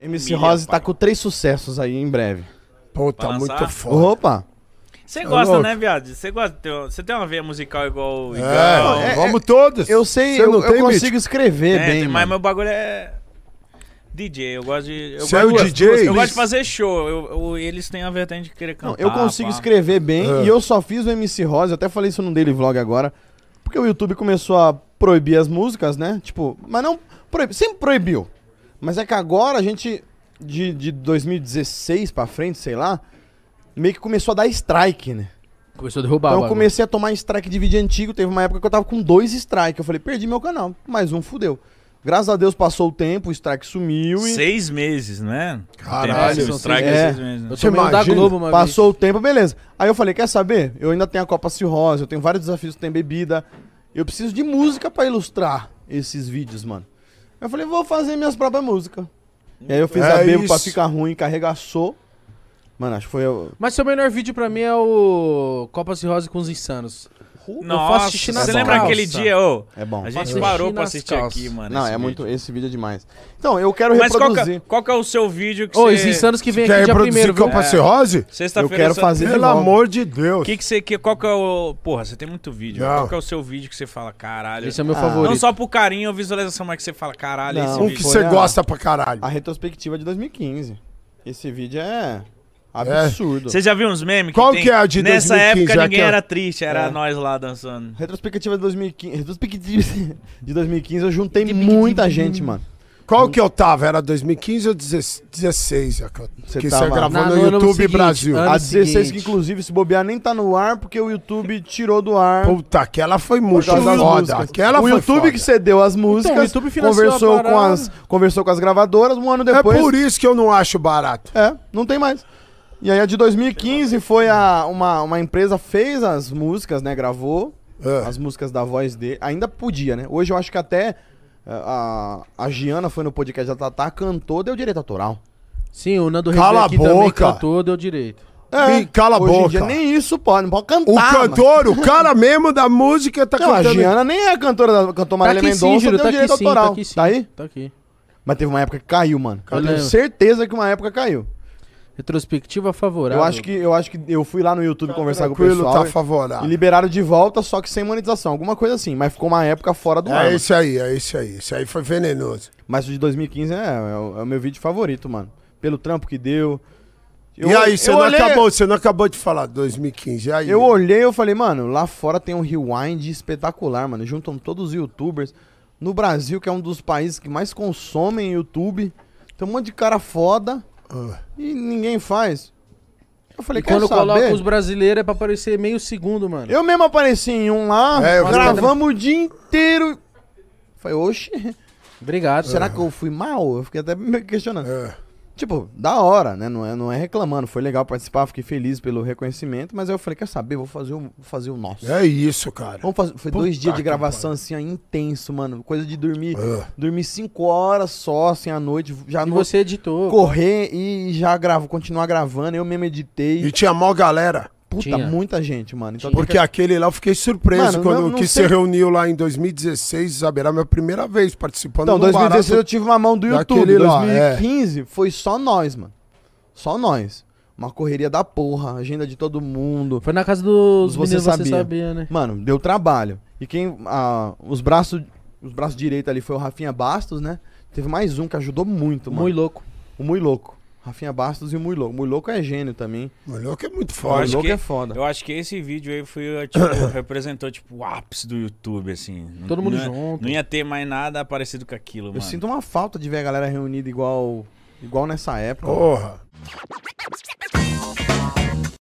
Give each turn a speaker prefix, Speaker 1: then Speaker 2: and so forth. Speaker 1: MC
Speaker 2: Milha,
Speaker 1: Rose tá
Speaker 2: pai.
Speaker 1: com três sucessos aí em breve.
Speaker 3: Pô, tá
Speaker 2: Pra lançar?
Speaker 3: muito foda.
Speaker 1: Opa!
Speaker 2: Você
Speaker 3: Tá
Speaker 2: gosta,
Speaker 3: louco.
Speaker 2: né, viado? Você gosta. de ter uma- Você tem uma veia musical igual.
Speaker 3: É,
Speaker 2: igual-
Speaker 1: é-
Speaker 3: vamos todos.
Speaker 1: Eu sei,
Speaker 3: Você
Speaker 1: eu,
Speaker 3: não
Speaker 1: eu
Speaker 3: tem,
Speaker 1: consigo
Speaker 3: Mítico?
Speaker 1: escrever
Speaker 2: É,
Speaker 1: bem.
Speaker 2: tem- mas
Speaker 1: mano.
Speaker 2: meu bagulho é. DJ, eu gosto de. Eu gosto
Speaker 3: Você é o
Speaker 2: de-
Speaker 3: DJ?
Speaker 2: Eu
Speaker 3: Luiz?
Speaker 2: gosto de fazer show. Eu, eu- eles têm a vertente de querer
Speaker 1: Não,
Speaker 2: cantar.
Speaker 1: eu consigo
Speaker 2: tá, pá.
Speaker 1: escrever bem
Speaker 3: É.
Speaker 1: e eu só fiz o MC Rosa, eu até falei isso num daily vlog agora, porque o YouTube começou a proibir as músicas, né? Tipo, mas não proib- sempre proibiu. Mas é que agora a gente de, de 2016 pra frente, sei lá, meio que começou a dar strike, né?
Speaker 4: Começou a derrubar
Speaker 1: Então
Speaker 4: o
Speaker 1: eu
Speaker 4: bagulho.
Speaker 1: comecei a tomar strike de vídeo antigo. Teve uma época que eu tava com dois strikes. Eu falei, perdi meu canal. Mais um fudeu. Graças a Deus passou o tempo, o strike sumiu um e.
Speaker 2: Seis meses, né?
Speaker 3: Caralho,
Speaker 2: Tem esse
Speaker 3: são
Speaker 2: strike
Speaker 1: seis-
Speaker 2: é
Speaker 1: é.
Speaker 2: seis meses. né?
Speaker 4: Eu tomei um da
Speaker 3: Imagina,
Speaker 4: Globo uma vez.
Speaker 1: Passou o tempo, beleza. Aí eu falei, quer saber? Eu ainda tenho a Copa Cirrose, eu tenho vários desafios, tem bebida. Eu preciso de música pra ilustrar esses vídeos, mano. Eu falei, vou fazer minhas próprias músicas. E aí eu fiz
Speaker 3: É
Speaker 1: a Bebo pra
Speaker 3: isso.
Speaker 1: ficar ruim, carregaçou. Mano, acho que foi. o-
Speaker 4: Mas seu melhor vídeo pra mim é o Copa Cirrose com os Insanos.
Speaker 2: Nossa,
Speaker 4: xixi nas
Speaker 2: você lembra
Speaker 4: calças.
Speaker 2: aquele dia, ô?
Speaker 1: É bom.
Speaker 2: A
Speaker 4: faço
Speaker 2: gente
Speaker 4: xixi
Speaker 2: parou pra
Speaker 4: nas
Speaker 2: assistir
Speaker 4: calças.
Speaker 2: aqui, mano.
Speaker 1: Não,
Speaker 2: esse
Speaker 1: é
Speaker 2: vídeo.
Speaker 1: muito. Esse vídeo é demais. Então, eu quero
Speaker 2: Mas qual que,
Speaker 1: reproduzir.
Speaker 2: é- qual que é o seu vídeo que
Speaker 4: Ô, os
Speaker 2: você.
Speaker 4: Insanos que vem aqui
Speaker 3: Quer
Speaker 4: dia primeiro,
Speaker 3: reproduzir
Speaker 4: viu?
Speaker 1: né?
Speaker 3: Copa Cirrose?
Speaker 1: Eu
Speaker 2: Sexta-feira.
Speaker 1: quero
Speaker 2: você-
Speaker 1: fazer.
Speaker 3: Pelo amor de Deus.
Speaker 2: O que que você. que- Qual que é o. Porra, você tem muito vídeo.
Speaker 3: Não.
Speaker 2: Qual que é o seu vídeo que você fala, caralho?
Speaker 4: Esse é o meu
Speaker 1: Ah.
Speaker 4: favorito.
Speaker 2: Não só pro carinho ou visualização, mas que você fala, caralho,
Speaker 1: Não.
Speaker 2: esse
Speaker 3: Um
Speaker 2: vídeo.
Speaker 3: que
Speaker 1: Foi
Speaker 3: você
Speaker 1: a-
Speaker 3: gosta pra caralho.
Speaker 1: A retrospectiva de 2015. Esse vídeo é absurdo.
Speaker 2: Você já viu uns memes?
Speaker 3: Qual
Speaker 2: tem-
Speaker 3: que é a de
Speaker 2: Nessa
Speaker 3: 2015,
Speaker 2: época ninguém
Speaker 3: aquela?
Speaker 2: era triste, era
Speaker 1: É.
Speaker 2: nós lá dançando.
Speaker 1: Retrospectiva de 2015. Retrospectiva de 2015, eu juntei muita gente, mano.
Speaker 3: Qual que eu tava? Era 2015 ou 16? a Que
Speaker 1: Você
Speaker 3: que
Speaker 1: tava-
Speaker 3: você gravou
Speaker 4: Na-
Speaker 3: no
Speaker 4: no ano
Speaker 3: YouTube
Speaker 4: seguinte,
Speaker 3: Brasil.
Speaker 4: ano-
Speaker 1: A 16,
Speaker 4: seguinte.
Speaker 1: que inclusive, se bobear, nem tá no ar, porque o YouTube tirou do ar.
Speaker 3: Puta, aquela foi muito
Speaker 1: por causa das
Speaker 3: foda.
Speaker 1: músicas.
Speaker 3: Aquela
Speaker 1: o
Speaker 3: foi
Speaker 1: YouTube
Speaker 3: foda.
Speaker 1: que cedeu as músicas,
Speaker 4: Então, o YouTube financiou
Speaker 1: conversou,
Speaker 4: a
Speaker 1: com
Speaker 4: parada.
Speaker 1: as, conversou com as gravadoras, um ano
Speaker 3: É
Speaker 1: depois...
Speaker 3: por isso que eu não acho barato.
Speaker 1: É, não tem mais. E aí a de 2015 foi a... Uma, uma empresa fez as músicas, né, gravou
Speaker 3: É.
Speaker 1: as músicas da voz dele. Ainda podia, né? Hoje eu acho que até... eh, A, a a Giana foi no podcast da Tatá, cantou, deu direito autoral.
Speaker 4: Sim, o Nando
Speaker 3: Cala
Speaker 4: Reis
Speaker 3: a
Speaker 4: aqui também
Speaker 3: boca.
Speaker 4: cantou, deu direito.
Speaker 3: Ih, É, cala a
Speaker 1: hoje Em
Speaker 3: boca.
Speaker 1: dia, nem isso pode, não pode cantar.
Speaker 3: O
Speaker 1: mano.
Speaker 3: cantor, o cara mesmo da música tá
Speaker 1: Não, a
Speaker 3: cantando. Tá
Speaker 1: Giana nem é a cantora da cantora Marília
Speaker 4: Tá aqui
Speaker 1: Mendonça,
Speaker 4: Júlio,
Speaker 1: deu direito autoral.
Speaker 4: tá aqui sim.
Speaker 1: Tá aí?
Speaker 4: Tá aqui.
Speaker 1: Mas teve uma época que caiu, mano. Eu tenho
Speaker 4: lembro.
Speaker 1: certeza que uma época caiu.
Speaker 4: Retrospectiva favorável.
Speaker 1: Eu acho, que, eu acho que eu fui lá no YouTube conversar com o
Speaker 3: Tranquilo,
Speaker 1: pessoal
Speaker 3: tá
Speaker 1: e- e
Speaker 3: favorável.
Speaker 1: liberaram de volta, só que sem monetização, alguma coisa assim. Mas ficou uma época fora do ar.
Speaker 3: É
Speaker 1: mano.
Speaker 3: isso aí, é isso aí. Isso aí foi venenoso.
Speaker 1: Mas o de 2015 é, é o, é o meu vídeo favorito, mano. Pelo trampo que deu. Eu-
Speaker 3: e aí, você
Speaker 1: eu
Speaker 3: não
Speaker 1: olhei-
Speaker 3: acabou, você não acabou de falar 2015. E aí,
Speaker 1: Eu olhei e eu falei, mano, lá fora tem um rewind espetacular, mano. Juntam todos os youtubers. No Brasil, que é um dos países que mais consomem YouTube, tem um monte de cara foda
Speaker 3: Ah.
Speaker 1: e ninguém faz. Eu falei,
Speaker 4: E
Speaker 1: quer
Speaker 4: quando coloca
Speaker 1: saber?
Speaker 4: os brasileiros é pra aparecer meio segundo, mano.
Speaker 1: Eu mesmo apareci em um lá,
Speaker 3: É, eu vi
Speaker 1: gravamos o dia inteiro. Falei, oxe,
Speaker 4: Obrigado.
Speaker 1: será que eu fui mal? Eu fiquei até me questionando.
Speaker 3: É.
Speaker 1: Tipo, da hora, né? Não é, não é reclamando. Foi legal participar, fiquei feliz pelo reconhecimento, mas aí eu falei, quer saber? Vou fazer o, vou fazer o nosso.
Speaker 3: É isso, cara.
Speaker 1: Vamos fazer, foi dois
Speaker 3: Puta
Speaker 1: dias de
Speaker 3: que
Speaker 1: gravação, assim, ó, intenso, mano. Coisa de dormir.
Speaker 3: Ah.
Speaker 1: Dormir cinco horas só, assim, à noite. Já
Speaker 4: E
Speaker 1: no
Speaker 4: você editou.
Speaker 1: correr e já gravo, continuar gravando. Eu mesmo editei.
Speaker 3: E tinha mó galera.
Speaker 1: Puta,
Speaker 4: Tinha.
Speaker 1: muita gente, mano. Então,
Speaker 4: Tinha.
Speaker 3: Porque aquele lá eu fiquei surpreso
Speaker 1: Mano,
Speaker 3: quando
Speaker 1: não- não
Speaker 3: que
Speaker 1: sei-
Speaker 3: se reuniu lá em 2016, sabe? Era a minha primeira vez participando
Speaker 1: então
Speaker 3: num
Speaker 1: 2016 eu
Speaker 3: barato.
Speaker 1: tive uma mão do
Speaker 3: daquele
Speaker 1: YouTube.
Speaker 3: lá, é.
Speaker 1: 2015 foi só nós, mano. Só nós. Uma correria da porra, agenda de todo mundo.
Speaker 4: Foi na casa dos
Speaker 1: Você
Speaker 4: meninos, você
Speaker 1: sabia.
Speaker 4: sabia, né?
Speaker 1: Mano, deu trabalho. E quem. ah, os braços. Os braços direitos ali foi o Rafinha Bastos, né? Teve mais um que ajudou muito, mano.
Speaker 4: Muito louco.
Speaker 1: O Mui Louco. Rafinha Bastos e o Mui Louco. O Mui Louco é gênio também.
Speaker 3: O louco é muito
Speaker 1: O Mui
Speaker 3: forte.
Speaker 2: acho
Speaker 1: Louco
Speaker 2: que-
Speaker 1: é foda.
Speaker 2: Eu acho que esse vídeo aí foi, tipo, representou, tipo, o ápice do YouTube, assim. Não-
Speaker 4: Todo mundo
Speaker 2: não ia-
Speaker 4: junto.
Speaker 2: Não ia ter mais nada parecido com aquilo,
Speaker 1: Eu
Speaker 2: mano.
Speaker 1: sinto uma falta de ver a galera reunida igual, igual nessa época.
Speaker 3: Porra.